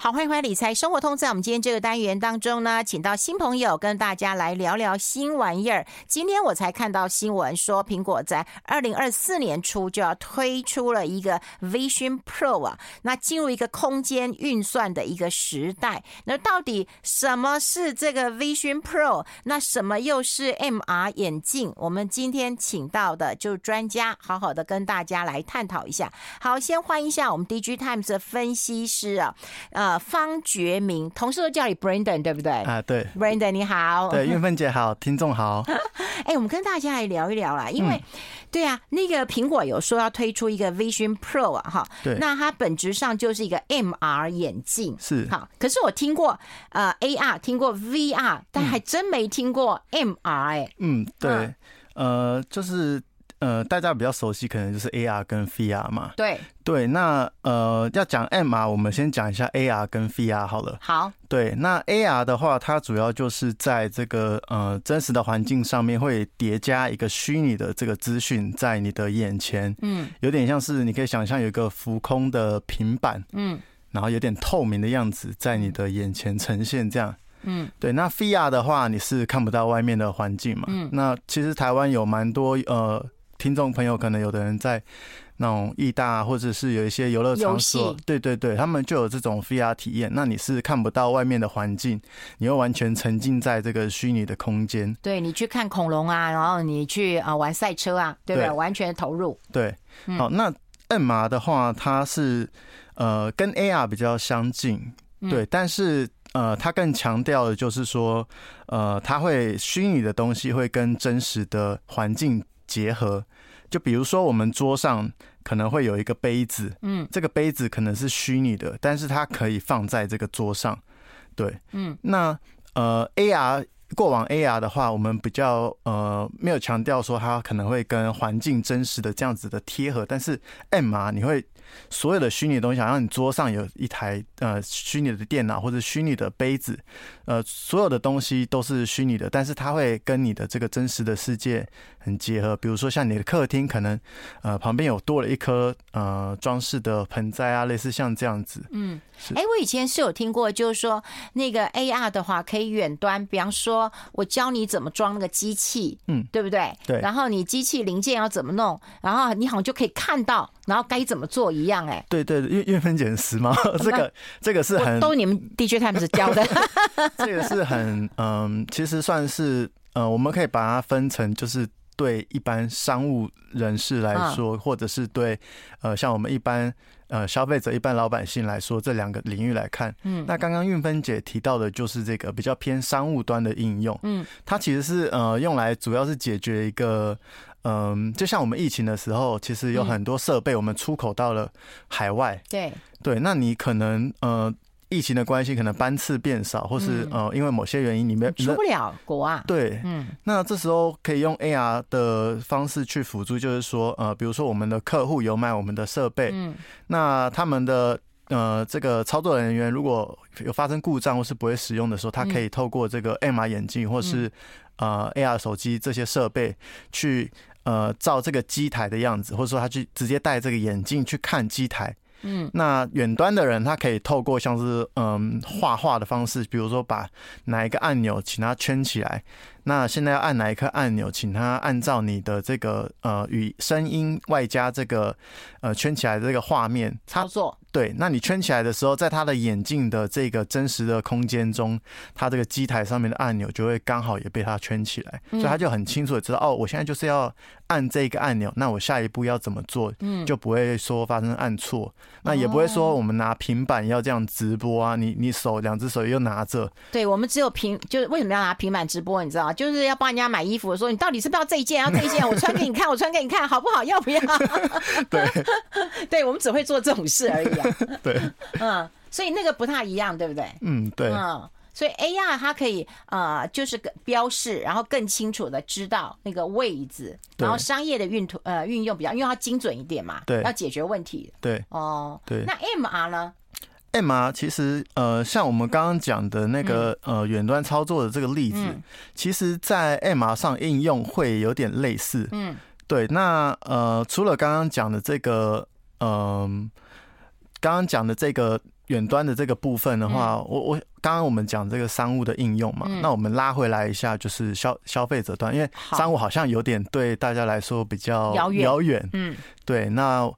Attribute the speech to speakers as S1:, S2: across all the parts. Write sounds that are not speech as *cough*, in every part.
S1: 好，欢迎回来理财生活通，在我们今天这个单元当中呢，请到新朋友跟大家来聊聊新玩意儿。今天我才看到新闻说，苹果在二零二四年初就要推出了一个 Vision Pro 啊，那进入一个空间运算的一个时代。那到底什么是这个 Vision Pro？那什么又是 MR 眼镜？我们今天请到的就是专家，好好的跟大家来探讨一下。好，先欢迎一下我们 DG Times 的分析师啊，呃，方觉明，同事都叫你 Brandon，对不对、
S2: 啊，对
S1: b r a n d o n 你好。
S2: 对，运芬姐好，听
S1: *laughs*
S2: 众好，
S1: 哎、我们跟大家来聊一聊
S2: 嗯
S1: 啦，因为、对啊，那个苹果有说要推出一个 Vision Pro 啊，哈，
S2: 对
S1: 那它本质上就是一个 MR 眼镜。
S2: 是
S1: 好，可是我听过呃 AR，听过 VR，但还真没听过 MR 哎、
S2: 嗯，对
S1: 嗯，
S2: 呃，就是呃，大家比较熟悉可能就是 AR 跟 VR 嘛，
S1: 对，
S2: 对，那呃，要讲 MR，我们先讲一下 AR 跟 VR 好了。
S1: 好，
S2: 对，那 AR 的话，它主要就是在这个呃真实的环境上面会叠加一个虚拟的这个资讯在你的眼前，
S1: 嗯
S2: 有点像是你可以想象有一个浮空的平板，
S1: 嗯
S2: 然后有点透明的样子在你的眼前呈现这样。
S1: 嗯
S2: 对，那 VR 的话，你是看不到外面的环境嘛？
S1: 嗯
S2: 那其实台湾有蛮多呃听众朋友，可能有的人在那种义大或者是有一些游乐场
S1: 游
S2: 所
S1: 戏，
S2: 对对对，他们就有这种 VR 体验。那你是看不到外面的环境，你会完全沉浸在这个虚拟的空间。
S1: 对你去看恐龙啊，然后你去啊、呃玩赛车啊，对不对？
S2: 对
S1: 完全投入。
S2: 对，
S1: 嗯
S2: 好，那 MR 的话，它是呃跟 AR 比较相近，
S1: 嗯
S2: 对，但是呃，它更强调的就是说，呃，它会虚拟的东西会跟真实的环境结合，就比如说我们桌上可能会有一个杯子，
S1: 嗯
S2: 这个杯子可能是虚拟的，但是它可以放在这个桌上，对，
S1: 嗯，
S2: 那呃，AR 过往 AR 的话，我们比较呃没有强调说它可能会跟环境真实的这样子的贴合，但是 MR 你会所有的虚拟的东西，好像你桌上有一台呃虚拟的电脑或者虚拟的杯子，呃，所有的东西都是虚拟的，但是它会跟你的这个真实的世界很结合。比如说像你的客厅，可能呃旁边有多了一颗呃装饰的盆栽啊，类似像这样子，
S1: 嗯，
S2: 是
S1: 哎、我以前是有听过，就是说那个 AR 的话，可以远端，比方说我教你怎么装那个机器，
S2: 嗯，
S1: 对不对？
S2: 对
S1: 然后你机器零件要怎么弄，然后你好像就可以看到，然后该怎么做一样、哎。
S2: 对对，运运分解很时髦，这个这个是
S1: 我
S2: 很
S1: 都你们 DJ Times 教的，
S2: 这个是很嗯，其实算是呃，我们可以把它分成就是。对一般商务人士来
S1: 嗯
S2: 说，或者是对呃像我们一般呃消费者、一般老百姓来说，这两个领域来看，
S1: 嗯
S2: 那刚刚运芬姐提到的就是这个比较偏商务端的应用，
S1: 嗯
S2: 它其实是呃用来主要是解决一个，嗯、就像我们疫情的时候，其实有
S1: 嗯
S2: 很多设备我们出口到了海外，
S1: *laughs* 对，
S2: *laughs* 对，那你可能呃，疫情的关系，可能班次变少，或是、
S1: 嗯
S2: 呃，因为某些原因你没
S1: 出不了国啊，
S2: 对。
S1: 嗯
S2: 那这时候可以用 AR 的方式去辅助，就是说，呃，比如说我们的客户有买我们的设备，
S1: 嗯
S2: 那他们的呃这个操作人员如果有发生故障或是不会使用的时候，他可以透过这个 MR 眼镜或是呃 AR 手机这些设备去呃照这个机台的样子，或者说他去直接戴这个眼镜去看机台，
S1: 嗯
S2: 那远端的人，他可以透过像是嗯画画的方式，比如说把哪一个按钮请他圈起来，那现在要按哪一颗按钮，请他按照你的这个呃与声音外加这个呃圈起来的这个画面，
S1: 操
S2: 他
S1: 作，
S2: 对，那你圈起来的时候，在他的眼镜的这个真实的空间中，他这个机台上面的按钮就会刚好也被他圈起来，所以他就很清楚的知道哦，我现在就是要按这个按钮，那我下一步要怎么做，
S1: 嗯
S2: 就不会说发生按错，那也不会说我们拿平板要这样直播啊，你你手两只手又拿着，
S1: 对，我们只有平，就是为什么要拿平板直播？你知道吗，就是要帮人家买衣服的时候，你到底是不是要这一件，要这一件，我穿给你看，我穿给你看，好不好？要
S2: *laughs*
S1: 不要？ *laughs*
S2: 对
S1: 对，我们只会做这种事而已、啊。
S2: 对，
S1: 嗯，所以那个不太一样，对不对？
S2: 嗯对，
S1: 嗯，所以 AR 它可以呃，就是个标示，然后更清楚的知道那个位置，
S2: 对
S1: 然后商业的运途呃运用比较，因为它精准一点嘛，
S2: 对
S1: 要解决问题
S2: 对
S1: 哦。
S2: 对
S1: 那 MR 呢？
S2: M R 哎其实呃，像我们刚刚讲的那个、呃远端操作的这个例子，
S1: 嗯
S2: 其实在 M R 上应用会有点类似，
S1: 嗯
S2: 对，那呃，除了刚刚讲的这个，嗯、呃刚刚讲的这个远端的这个部分的话，我我刚刚我们讲这个商务的应用嘛，
S1: 嗯
S2: 那我们拉回来一下，就是消消费者端，因为
S1: 好
S2: 商务好像有点对大家来说比较
S1: 遥远
S2: 遥远，
S1: 嗯，
S2: 对，那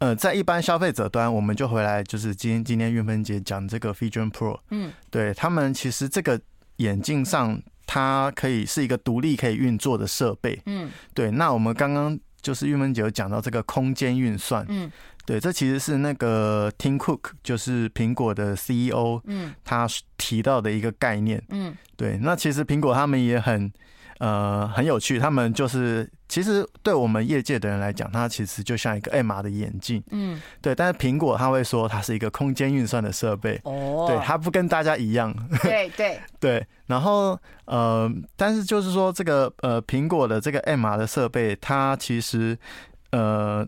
S2: 呃，在一般消费者端，我们就回来就是今天今天运芬姐讲这个 Vision Pro，
S1: 嗯，
S2: 对他们其实这个眼镜上它可以是一个独立可以运作的设备，
S1: 嗯，
S2: 对。那我们刚刚就是运芬姐有讲到这个空间运算，
S1: 嗯，
S2: 对，这其实是那个 Tim Cook 就是苹果的 CEO
S1: 嗯
S2: 他提到的一个概念，
S1: 嗯
S2: 对，那其实苹果他们也很呃很有趣，他们就是其实对我们业界的人来讲，它其实就像一个 M R 的眼镜，
S1: 嗯，
S2: 对，但是苹果它会说它是一个空间运算的设备。
S1: 哦，
S2: 对，它不跟大家一样，
S1: *laughs* 对对，
S2: 对。然后，呃，但是就是说，这个呃，苹果的这个 M R 的设备，它其实，呃，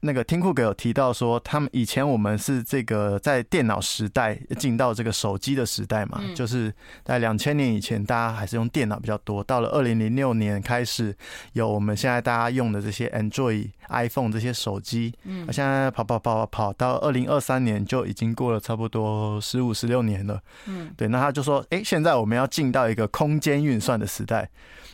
S2: 那个听库给有提到说，他们以前我们是这个在电脑时代进到这个手机的时代嘛，
S1: 嗯
S2: 就是在两千年以前，大家还是用电脑比较多。到了二零零六年开始，有我们现在大家用的这些 Android、iPhone 这些手机，
S1: 嗯
S2: 那现在跑跑跑跑跑到二零二三年就已经过了差不多十五十六年了。
S1: 嗯
S2: 对，那他就说，诶，现在我们要进到一个空间运算的时代，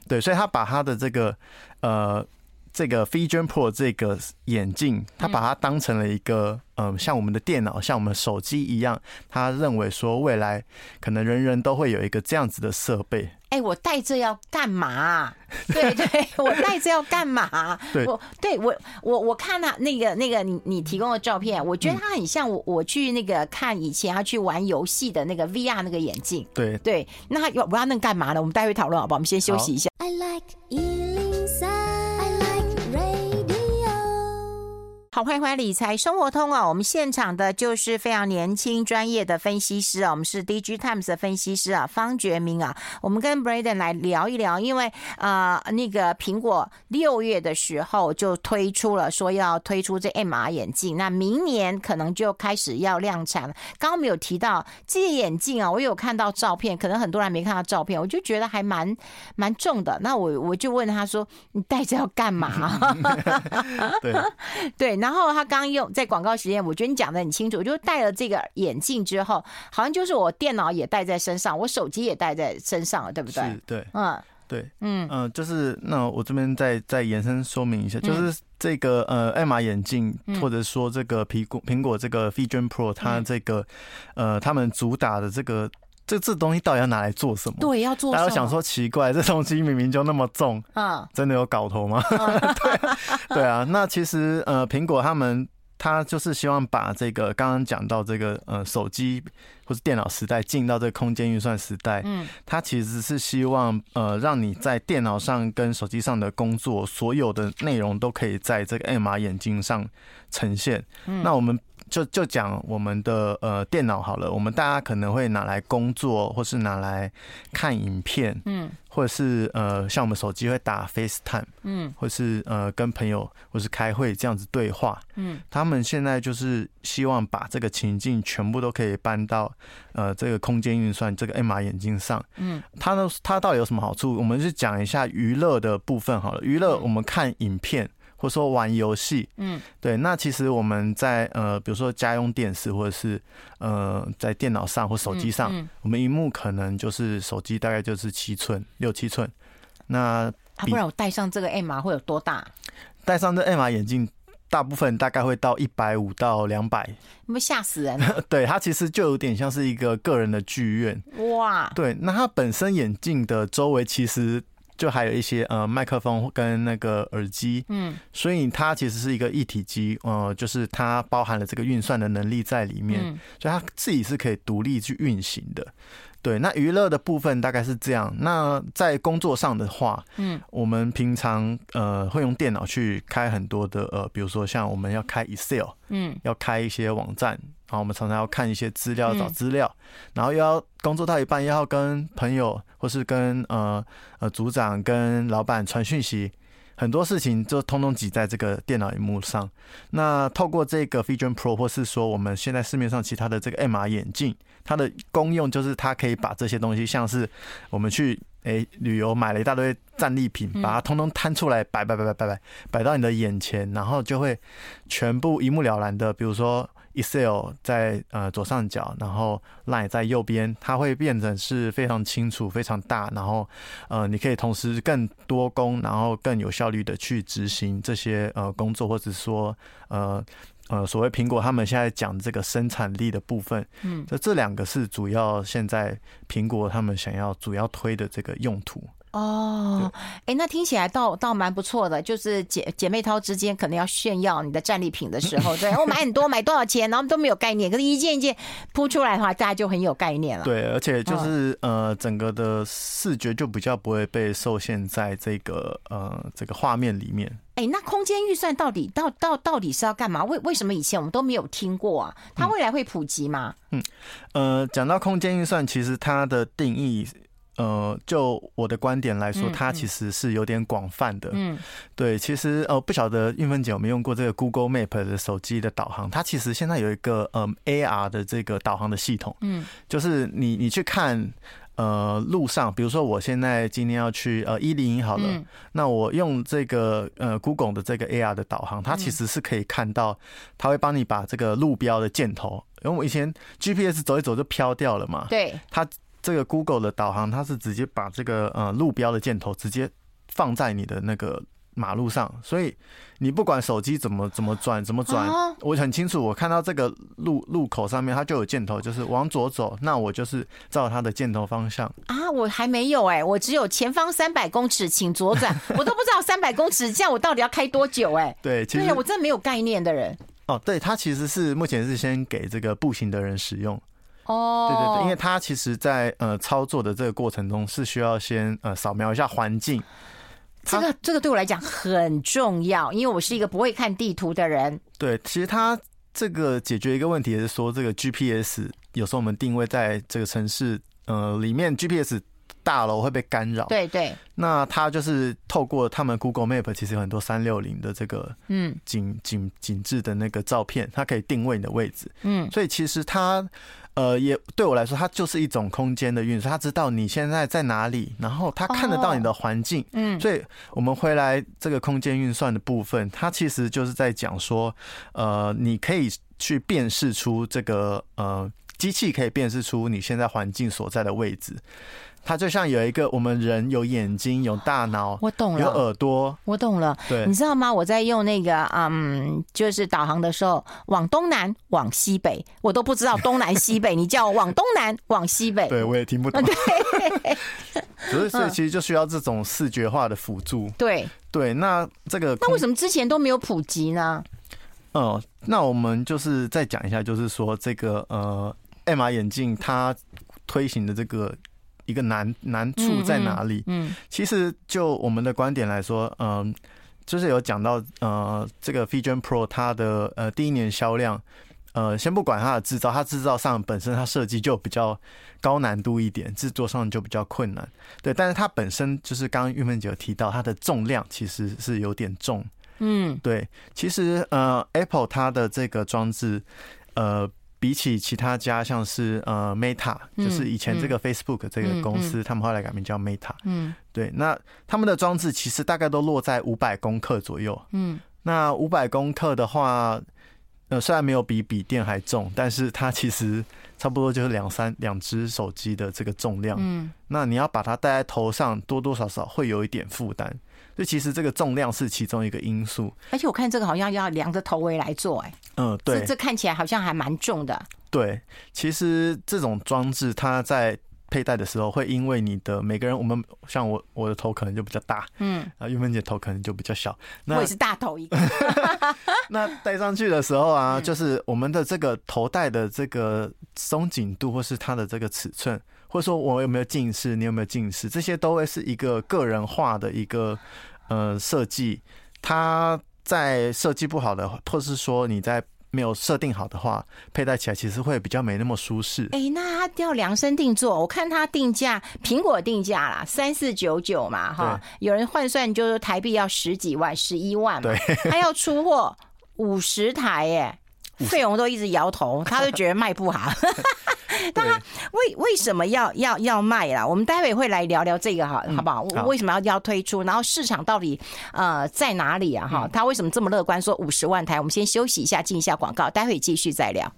S2: 对，所以他把他的这个呃这个 Vision Pro 这个眼镜，他把它当成了一个嗯、呃像我们的电脑、像我们手机一样，他认为说未来可能人人都会有一个这样子的设备，
S1: 哎、我戴这要干嘛、啊 *laughs* 对对，我戴这要干嘛、啊
S2: 对
S1: 我对我我我看他那个那个你你提供的照片，我觉得它很像我我去那个看以前他去玩游戏的那个 VR 那个眼镜。
S2: 对，
S1: 对，那他我不知道那个干嘛呢？我们待会讨论好不好？我们先休息一下。
S3: I like Ealing Sound. I like radio.
S1: 好，欢迎回来理财生活通啊！我们现场的就是非常年轻专业的分析师啊，我们是 DG Times 的分析师啊，方觉明啊，我们跟 Braden 来聊一聊，因为呃，那个苹果六月的时候就推出了，说要推出这 MR 眼镜，那明年可能就开始要量产了。刚刚我们有提到这个眼镜啊，我有看到照片，可能很多人还没看到照片，我就觉得还蛮蛮重的。那我我就问他说：“你戴着要干嘛？”
S2: *laughs* 对，
S1: *laughs* 对，然后他刚用在广告时间，我觉得你讲的很清楚，我就戴了这个眼镜之后，好像就是我电脑也戴在身上，我手机也戴在身上了，对不对？
S2: 是，对，
S1: 嗯
S2: 对。
S1: 嗯
S2: 嗯、就是那我这边再再延伸说明一下，就是这个呃艾玛眼镜
S1: 嗯
S2: 或者说这个苹果苹果这个 Vision Pro，它
S1: 嗯
S2: 这个呃他们主打的这个这这东西到底要拿来做什么？
S1: 对，要做
S2: 大
S1: 什么？
S2: 家都想说奇怪，这东西明明就那么重，
S1: 嗯
S2: 真的有搞头吗？
S1: 哦
S2: *laughs* 对对啊，那其实呃苹果他们。他就是希望把这个刚刚讲到这个呃手机或是电脑时代进到这个空间运算时代，
S1: 嗯
S2: 它其实是希望呃，让你在电脑上跟手机上的工作，所有的内容都可以在这个 MR 眼镜上呈现。
S1: 嗯
S2: 那我们就就讲我们的呃电脑好了，我们大家可能会拿来工作，或是拿来看影片，
S1: 嗯
S2: 或者是呃像我们手机会打 FaceTime，
S1: 嗯
S2: 或是呃跟朋友或是开会这样子对话。
S1: 嗯
S2: 他们现在就是希望把这个情境全部都可以搬到呃这个空间运算这个 MR 眼镜上。
S1: 嗯
S2: 它呢，它到底有什么好处？我们是讲一下娱乐的部分好了。娱乐，
S1: 嗯
S2: 我们看影片或者说玩游戏，
S1: 嗯
S2: 对。那其实我们在呃，比如说家用电视或者是呃，在电脑上或手机上，
S1: 嗯嗯
S2: 我们荧幕可能就是手机大概就是七寸、六七寸。那
S1: 啊，不然我戴上这个 M R 会有多大？
S2: 戴上这 MR 眼镜，大部分大概会到一百五到两百。呃
S1: 有没有吓死
S2: *laughs*
S1: 人啊？
S2: 对，它其实就有点像是一个个人的剧院。
S1: 哇！
S2: 对，那它本身眼镜的周围其实就还有一些呃麦克风跟那个耳机，
S1: 嗯
S2: 所以它其实是一个一体机，呃，就是它包含了这个运算的能力在里面，
S1: 嗯
S2: 所以它自己是可以独立去运行的。对，那娱乐的部分大概是这样。那在工作上的话，
S1: 嗯
S2: 我们平常呃会用电脑去开很多的呃，比如说像我们要开 Excel，
S1: 嗯
S2: 要开一些网站，然后我们常常要看一些资料，
S1: 嗯
S2: 找资料，然后又要工作到一半，又要跟朋友或是跟呃呃组长、跟老板传讯息，很多事情就通通挤在这个电脑荧幕上。那透过这个 Vision Pro，或是说我们现在市面上其他的这个 MR 眼镜，它的功用就是它可以把这些东西，像是我们去。诶旅游买了一大堆战利品，
S1: 嗯
S2: 把它通通摊出来摆摆摆摆摆摆摆到你的眼前，然后就会全部一目了然的，比如说 Excel 在呃左上角，然后 Line 在右边，它会变成是非常清楚、非常大，然后呃你可以同时更多工，然后更有效率的去执行这些呃工作，或者说呃呃所谓苹果他们现在讲这个生产力的部分，
S1: 嗯，
S2: 这这两个是主要现在苹果他们想要主要推的这个用途。
S1: 哦，哎，那听起来倒倒蛮不错的，就是姐姐妹淘之间可能要炫耀你的战利品的时
S2: *laughs*
S1: 候，对我买很多，买多少钱，然后都没有概念，可是一件一件铺出来的话，大家就很有概念了。
S2: 对，而且就是、呃，整个的视觉就比较不会被受限在这个呃这个画面里面。
S1: 哎，那空间预算到底到到到底是要干嘛？为为什么以前我们都没有听过啊？它未来会普及
S2: *laughs*
S1: 吗？
S2: 呃，讲到空间预算，其实它的定义，呃，就我的观点来说，
S1: 嗯
S2: 它其实是有点广泛的。
S1: 嗯，
S2: 对，其实呃，不晓得运芬姐有没有用过这个 Google Map 的手机的导航？它其实现在有一个嗯 AR 的这个导航的系统，
S1: 嗯，
S2: 就是你你去看呃路上，比如说我现在今天要去呃一零一好了，
S1: 嗯
S2: 那我用这个呃 Google 的这个 AR 的导航，
S1: 嗯
S2: 它其实是可以看到，它会帮你把这个路标的箭头，因为我以前 GPS 走一走就飘掉了嘛，
S1: 对，
S2: 它这个 Google 的导航，它是直接把这个呃路标的箭头直接放在你的那个马路上，所以你不管手机怎么怎么转怎么转
S1: 哦，
S2: 我很清楚，我看到这个路路口上面它就有箭头，就是往左走，那我就是照它的箭头方向。
S1: 啊，我还没有哎、我只有前方三百公尺，请左
S2: *laughs*
S1: 转，我都不知道三百公尺这样我到底要开多久哎、
S2: 对，其
S1: 对
S2: 实
S1: 呀，我真的没有概念的人
S2: 哦，对，它其实是目前是先给这个步行的人使用。
S1: 哦。
S2: 对对对，因为它其实在呃操作的这个过程中是需要先呃扫描一下环境。
S1: 这
S2: 它
S1: 个这个对我来讲很重要，因为我是一个不会看地图的人。
S2: 对，其实它这个解决一个问题也是说，这个 GPS 有时候我们定位在这个城市呃里面，GPS 大楼会被干扰。，
S1: 对对，
S2: 那它就是透过他们 Google Map，其实有很多三六零的这个
S1: 嗯
S2: 景景景致的那个照片，它可以定位你的位置。
S1: 嗯，
S2: 所以其实它，呃，也对我来说，它就是一种空间的运算。它知道你现在在哪里，然后它看得到你的环境。
S1: 嗯
S2: 所以我们回来这个空间运算的部分，它其实就是在讲说，呃，你可以去辨识出这个呃。机器可以辨识出你现在环境所在的位置，它就像有一个我们人有眼睛、有大脑、
S1: 我懂
S2: 有
S1: 了，
S2: 耳朵，
S1: 我懂了。
S2: 对
S1: 你知道吗？我在用那个嗯，就是导航的时候，往东南，往西北，我都不知道东南西
S2: *laughs*
S1: 北。你叫我往东南，往西北，
S2: 对我也听不
S1: *laughs*
S2: 懂。所以所以
S1: 嗯
S2: 其实就需要这种视觉化的辅助。
S1: 对。
S2: 对，那这个
S1: 那
S2: 空
S1: 为什么之前都没有普及呢？
S2: 哦，那我们就是再讲一下，就是说这个呃，MR 眼镜它推行的这个一个难难处在哪里？
S1: 嗯
S2: 其实就我们的观点来说，嗯、就是有讲到呃，这个 Vision Pro 它的呃第一年销量。呃，先不管它的制造，它制造上本身它设计就比较高难度一点，制作上就比较困难。对，但是它本身就是刚刚玉芬姐有提到，它的重量其实是有点重，
S1: 嗯
S2: 对，其实呃，Apple 它的这个装置，呃，比起其他家像是呃 Meta，
S1: 嗯
S2: 就是以前这个 Facebook 这个公司，他们后来改名叫 Meta。
S1: 嗯
S2: 对，那他们的装置其实大概都落在五百公克左右。
S1: 嗯，
S2: 那五百公克的话，呃，虽然没有比笔电还重，但是它其实差不多就是两三两只手机的这个重量。
S1: 嗯，
S2: 那你要把它戴在头上，多多少少会有一点负担。所以其实这个重量是其中一个因素。
S1: 而且我看这个好像要量着头围来做、哎，
S2: 嗯，对
S1: 这，这看起来好像还蛮重的。
S2: 对，其实这种装置它在佩戴的时候，会因为你的每个人，我们像我我的头可能就比较大，
S1: 嗯，
S2: 啊，玉芬姐头可能就比较小。
S1: 我
S2: 那
S1: 也是大头一个。
S2: 那戴上去的时候
S1: 嗯
S2: 啊，就是我们的这个头戴的这个松紧度，或是它的这个尺寸，或者说我有没有近视，你有没有近视，这些都会是一个个人化的一个呃设计。它在设计不好的，或是说你在没有设定好的话，佩戴起来其实会比较没那么舒适。
S1: 哎、那他要量身定做，我看他定价，苹果定价啦，三四九九嘛，哈，有人换算就是台币要十几万、十一万嘛，他要出货五十台耶、哎费荣都一直摇头，他就觉得卖不好。
S2: 对，
S1: 为为什么要要要卖啦？我们待会会来聊聊这个哈，好不好？
S2: 好
S1: 为什么要要推出？然后市场到底呃在哪里啊？哈，他为什么这么乐观说五十万台？我们先休息一下，进一下广告，待会继续再聊。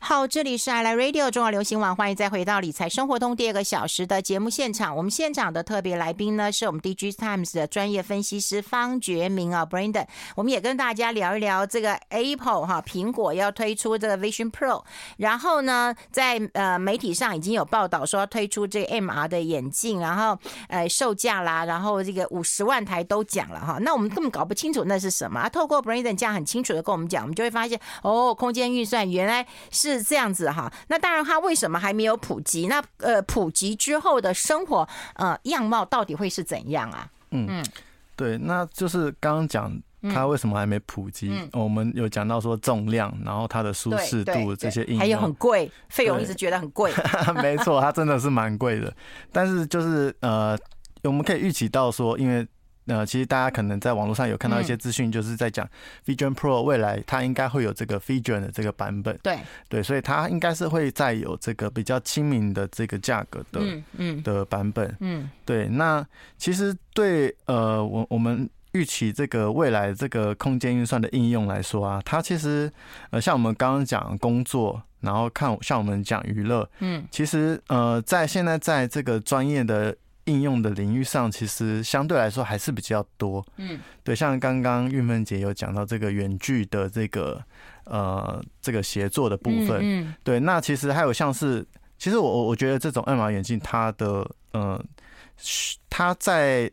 S1: 好，这里是爱来 Radio 中华流行网，欢迎再回到理财生活通第二个小时的节目现场。我们现场的特别来宾呢，是我们 DG Times 的专业分析师方觉明啊，Brandon。我们也跟大家聊一聊这个 Apple 哈，苹果要推出这个 Vision Pro，然后呢，在呃媒体上已经有报道说要推出这个 MR 的眼镜，然后呃售价啦，然后这个五十万台都讲了哈。那我们根本搞不清楚那是什么、啊，透过 Brandon 这样很清楚的跟我们讲，我们就会发现哦，空间预算原来是这样子哈。那当然，它为什么还没有普及？那呃，普及之后的生活呃样貌到底会是怎样啊？
S2: 嗯对，那就是刚刚讲它为什么还没普及，哦
S1: 嗯
S2: 我们有讲到说重量，然后它的舒
S1: 对
S2: 适
S1: 对
S2: 度这
S1: 对
S2: 些应用，
S1: 还有很贵，费用
S2: 对
S1: 一直觉得很
S2: *laughs*
S1: 贵。
S2: 没错，它真的是蛮贵的。但是就是呃，我们可以预期到说，因为呃，其实大家可能在网络上有看到一些资讯，就是在讲 Vision Pro 未来它应该会有这个 Vision 的这个版本，
S1: 对，
S2: 对，所以它应该是会再有这个比较亲民的这个价格的、
S1: 嗯嗯
S2: 的版本。
S1: 嗯
S2: 对，那其实对呃，我我们预期这个未来这个空间运算的应用来说啊，它其实呃，像我们刚刚讲工作，然后看像我们讲娱乐，
S1: 嗯，
S2: 其实呃，在现在在这个专业的应用的领域上，其实相对来说还是比较多。
S1: 嗯，
S2: 对，像刚刚运芬姐有讲到这个远距的这个呃这个协作的部分，
S1: 嗯
S2: 对，那其实还有像是，其实我我我觉得这种 MR 眼镜，它的呃，嘘它在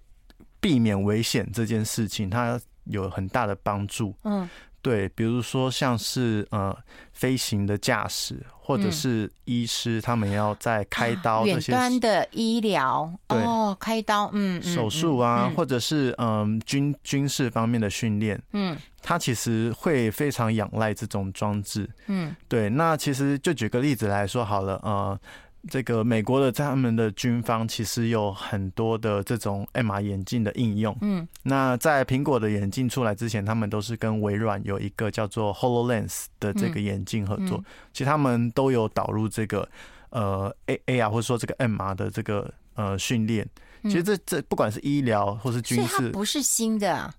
S2: 避免危险这件事情，它有很大的帮助。
S1: 嗯
S2: 对，比如说像是呃飞行的驾驶，或者
S1: 嗯啊
S2: 是医师，他们要在开刀
S1: 远
S2: 这些
S1: 端的医疗
S2: 对
S1: 哦，开刀，嗯，嗯
S2: 手术啊，
S1: 嗯
S2: 或者是嗯、军军事方面的训练，
S1: 嗯
S2: 它其实会非常仰赖这种装置。
S1: 嗯
S2: 对，那其实就举个例子来说好了，呃，这个美国的在他们的军方其实有很多的这种 MR 眼镜的应用。
S1: 嗯
S2: 那在苹果的眼镜出来之前，他们都是跟微软有一个叫做 HoloLens 的这个眼镜合作，
S1: 嗯
S2: 其实他们都有导入这个呃 A A R 或者说这个 MR 的这个呃训练。其实这这不管是医疗或是
S1: 嗯所
S2: 军
S1: 以它
S2: 事，
S1: 不是新的啊，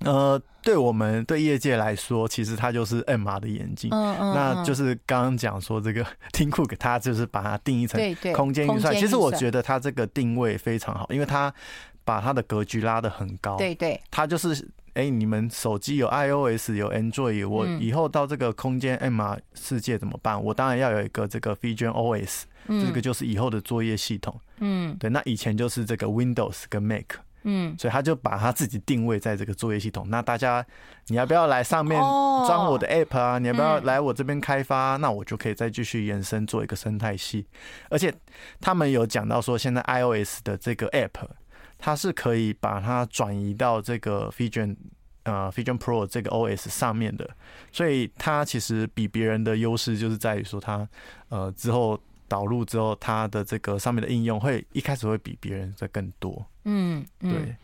S2: 呃，对我们对业界来说，其实它就是 MR 的眼镜。
S1: 嗯嗯，
S2: 那就是是刚刚讲说这个 *laughs* Tim Cook 他就是把它定义成
S1: 对对
S2: 空间预算，其实我
S1: 得
S2: 觉得他这个定位非常好，因为他把他的格局拉得很高。，
S1: 对对，
S2: 他就是哎、你们手机有 iOS 有 Android，我
S1: 嗯
S2: 以后到这个空间 MR 世界怎么办？我当然要有一个这个 Vision OS，这个
S1: 嗯
S2: 就是以后的作业系统。
S1: 嗯
S2: 对，那以前就是这个 Windows 跟 Mac。
S1: 嗯，
S2: 所以他就把他自己定位在这个作业系统。那大家，你要不要来上面
S1: 哦
S2: 装我的 app 啊？你要不要
S1: 嗯
S2: 来我这边开发啊、那我就可以再继续延伸做一个生态系。而且他们有讲到说，现在 iOS 的这个 app，它是可以把它转移到这个 Vision 呃 Vision Pro 这个 OS 上面的。所以它其实比别人的优势就是在于说它呃之后。导入之后，它的这个上面的应用会一开始会比别人的更多，
S1: 嗯嗯
S2: 对。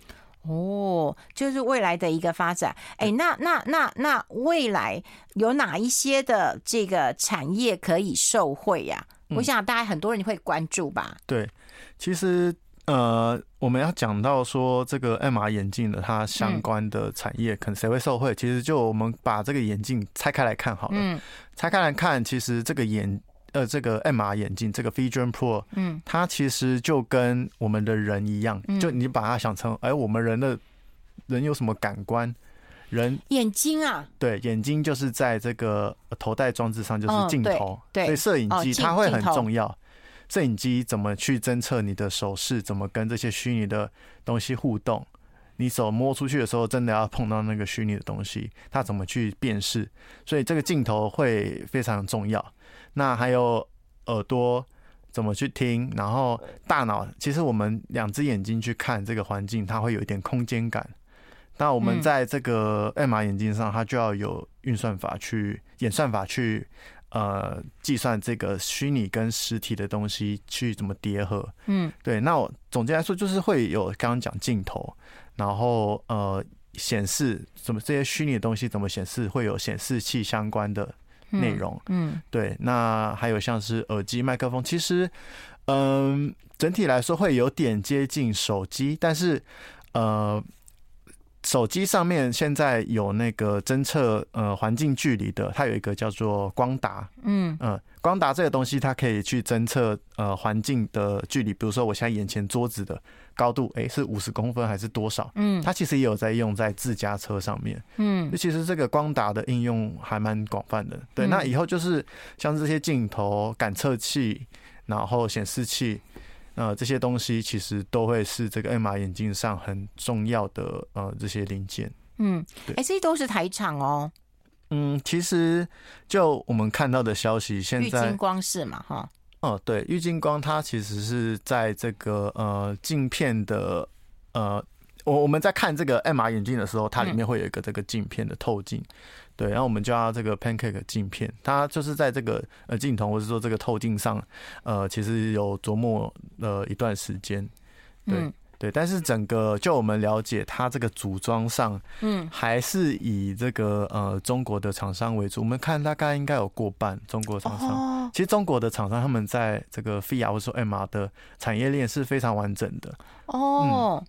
S1: 哦，就是未来的一个发展。哎，那那那那未来有哪一些的这个产业可以受惠呀？我
S2: 嗯
S1: 想大家很多人会关注吧。
S2: 对，其实呃，我们要讲到说这个 MR 眼镜的它
S1: 嗯
S2: 相关的产业，可能谁会受惠？其实就我们把这个眼镜拆开来看好了，
S1: 嗯
S2: 拆开来看，其实这个眼呃这个 MR 眼镜这个 Vision Pro，
S1: 嗯
S2: 它其实就跟我们的人一样，
S1: 嗯
S2: 就你把它想成，哎，我们人的人有什么感官？人
S1: 眼睛啊，
S2: 对眼睛就是在这个呃头戴装置上，就
S1: 嗯
S2: 是镜
S1: 对
S2: 头，
S1: 对
S2: 所以摄影
S1: 哦
S2: 机
S1: 镜
S2: 它会很
S1: 镜头
S2: 重要。摄影机怎么去侦测你的手势，怎么跟这些虚拟的东西互动？你手摸出去的时候，真的要碰到那个虚拟的东西，它怎么去辨识？所以这个镜头会非常重要。那还有耳朵怎么去听，然后大脑，其实我们两只眼睛去看这个环境，它会有一点空间感。那我们
S1: 嗯
S2: 在这个 MR 眼镜上，它就要有运算法去演算法去呃计算这个虚拟跟实体的东西去怎么叠合。
S1: 嗯
S2: 对，那我总结来说就是会有刚刚讲镜头，然后呃显示怎么这些虚拟的东西怎么显示，会有显示器相关的
S1: 嗯
S2: 内容。
S1: 嗯
S2: 对，那还有像是耳机、麦克风，其实，嗯，整体来说会有点接近手机，但是，呃，手机上面现在有那个侦测呃环境距离的，它有一个叫做光达，
S1: 嗯
S2: 嗯，光达这个东西它可以去侦测呃环境的距离，比如说我现在眼前桌子的高度，诶，是五十公分还是多少？
S1: 嗯
S2: 它其实也有在用在自家车上面。
S1: 嗯
S2: 那其实这个光达的应用还蛮广泛的。对，
S1: 嗯
S2: 那以后就是像这些镜头、感测器，然后显示器，呃，这些东西其实都会是这个 MR 眼镜上很重要的呃这些零件。
S1: 嗯，
S2: 对
S1: 哎，这些都是台厂哦，
S2: 嗯，其实就我们看到的消息，现
S1: 玉
S2: 在
S1: 金光是嘛哈，
S2: 哦，对，郁金光它其实是在这个呃镜片的呃，我我们在看这个 MR 眼镜的时候，它里面会有一个这个镜片的透镜，对，然后我们叫它这个 pancake 镜片，它就是在这个呃镜头或者说这个透镜上，呃，其实有琢磨了一段时间，对
S1: 嗯
S2: 对，但是整个就我们了解，它这个组装上
S1: 嗯
S2: 还是以这个呃中国的厂商为主，我们看大概应该有过半中国厂商。
S1: 哦，
S2: 其实中国的厂商他们在这个 VR 或者说 MR 的产业链是非常完整的。嗯
S1: 哦，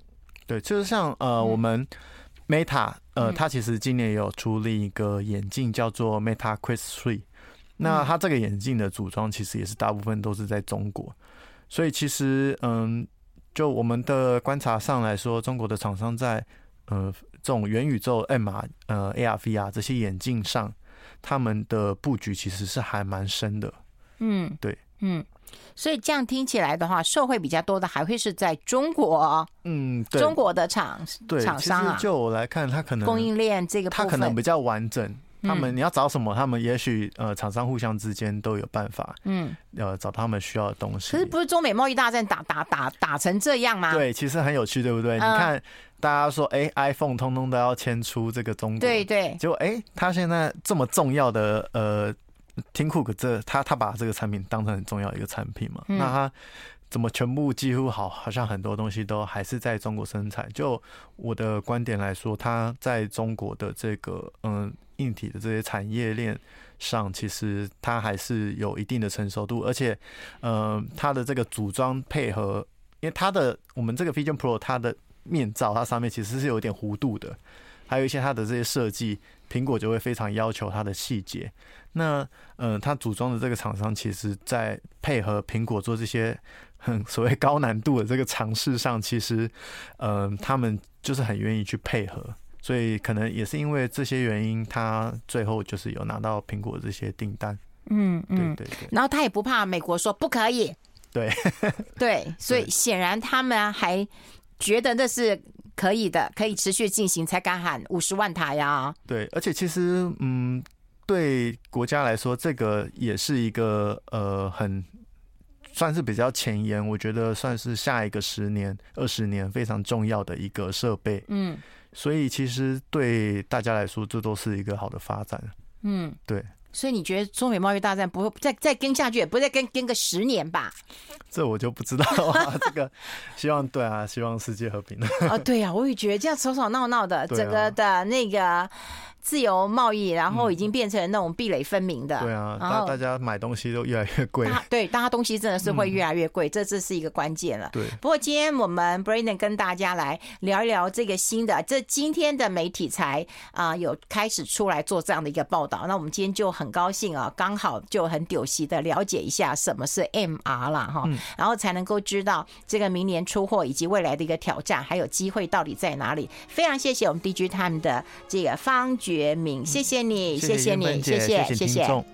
S2: 对，就是像呃、
S1: 嗯
S2: 我们 Meta 呃，
S1: 嗯
S2: 它其实今年也有出另一个眼镜叫做 Meta Quest 3，那
S1: 嗯
S2: 它这个眼镜的组装其实也是大部分都是在中国，所以其实嗯，就我们的观察上来说，中国的厂商在呃这种元宇宙 MR 呃 AR VR 这些眼镜上，他们的布局其实是还蛮深的。
S1: 嗯，
S2: 对，
S1: 嗯，所以这样听起来的话，受惠比较多的还会是在中国，
S2: 嗯，对，
S1: 中国的厂
S2: 对，
S1: 厂商
S2: 其
S1: 啊
S2: 实，就我来看，它可能
S1: 供应链这个
S2: 它
S1: 部
S2: 可能
S1: 分，嗯
S2: 比较完整。他们你要找什么，他们也许呃厂商互相之间都有办法，
S1: 嗯，
S2: 呃找他们需要的东西。
S1: 可是不是中美贸易大战打打打打成这样吗？
S2: 对，其实很有趣，对不
S1: 嗯
S2: 对？你看大家说，哎、i p h o n e 通通都要迁出这个中国，
S1: 对对，
S2: 结果哎、他现在这么重要的呃，Tim Cook 这他他把这个产品当成很重要的一个产品嘛，
S1: 嗯
S2: 那他怎么全部几乎好好像很多东西都还是在中国生产？就我的观点来说，他在中国的这个嗯硬体的这些产业链上，其实它还是有一定的成熟度，而且呃，它的这个组装配合，因为它的我们这个 Vision Pro 它的面罩它上面其实是有点弧度的，还有一些它的这些设计，苹果就会非常要求它的细节。那呃，它组装的这个厂商，其实在配合苹果做这些很所谓高难度的这个尝试上，其实呃，他们就是很愿意去配合。所以可能也是因为这些原因，它最后就是有拿到苹果这些订单。
S1: 嗯
S2: 对
S1: 嗯，
S2: 对对，
S1: 然后他也不怕美国说不可以，
S2: 对
S1: *laughs* 对，所以显然他们还觉得那是可以的，可以持续进行，才敢喊五十万台啊呀。
S2: 对，而且其实，嗯，对国家来说，这个也是一个呃，很算是比较前沿，我觉得算是下一个十年、二十年非常重要的一个设备，
S1: 嗯
S2: 所以其实对大家来说，这都是一个好的发展。
S1: 嗯，
S2: 对，
S1: 所以你觉得中美贸易大战不会再再跟下去，也不会再跟跟个十年
S2: *laughs*
S1: 吧？
S2: 这我就不知道啊， *laughs* 这个希望对啊，希望世界和平。
S1: 啊，对呀、我也觉得这样吵吵闹闹的，
S2: 对啊
S1: 整个的那个自由贸易，然后已经变成那种壁垒分明的。
S2: 嗯对啊，
S1: 然
S2: 大
S1: 后
S2: 大家买东西都越来越贵。
S1: 大对大家东西真的是
S2: 嗯
S1: 会越来越贵，这这是一个关键了。
S2: 对，
S1: 不过今天我们 Brandon 跟大家来聊一聊这个新的，这今天的媒体才啊、有开始出来做这样的一个报道。那我们今天就很高兴啊，刚好就很丢席的了解一下什么是 MR 啦哈，
S2: 嗯
S1: 然后才能够知道这个明年出货以及未来的一个挑战还有机会到底在哪里。非常谢谢我们 DG Time 的这个方觉明，谢谢你，
S2: 谢
S1: 谢
S2: 谢
S1: 你，
S2: 云芬姐
S1: 谢
S2: 谢
S1: 谢
S2: 听众。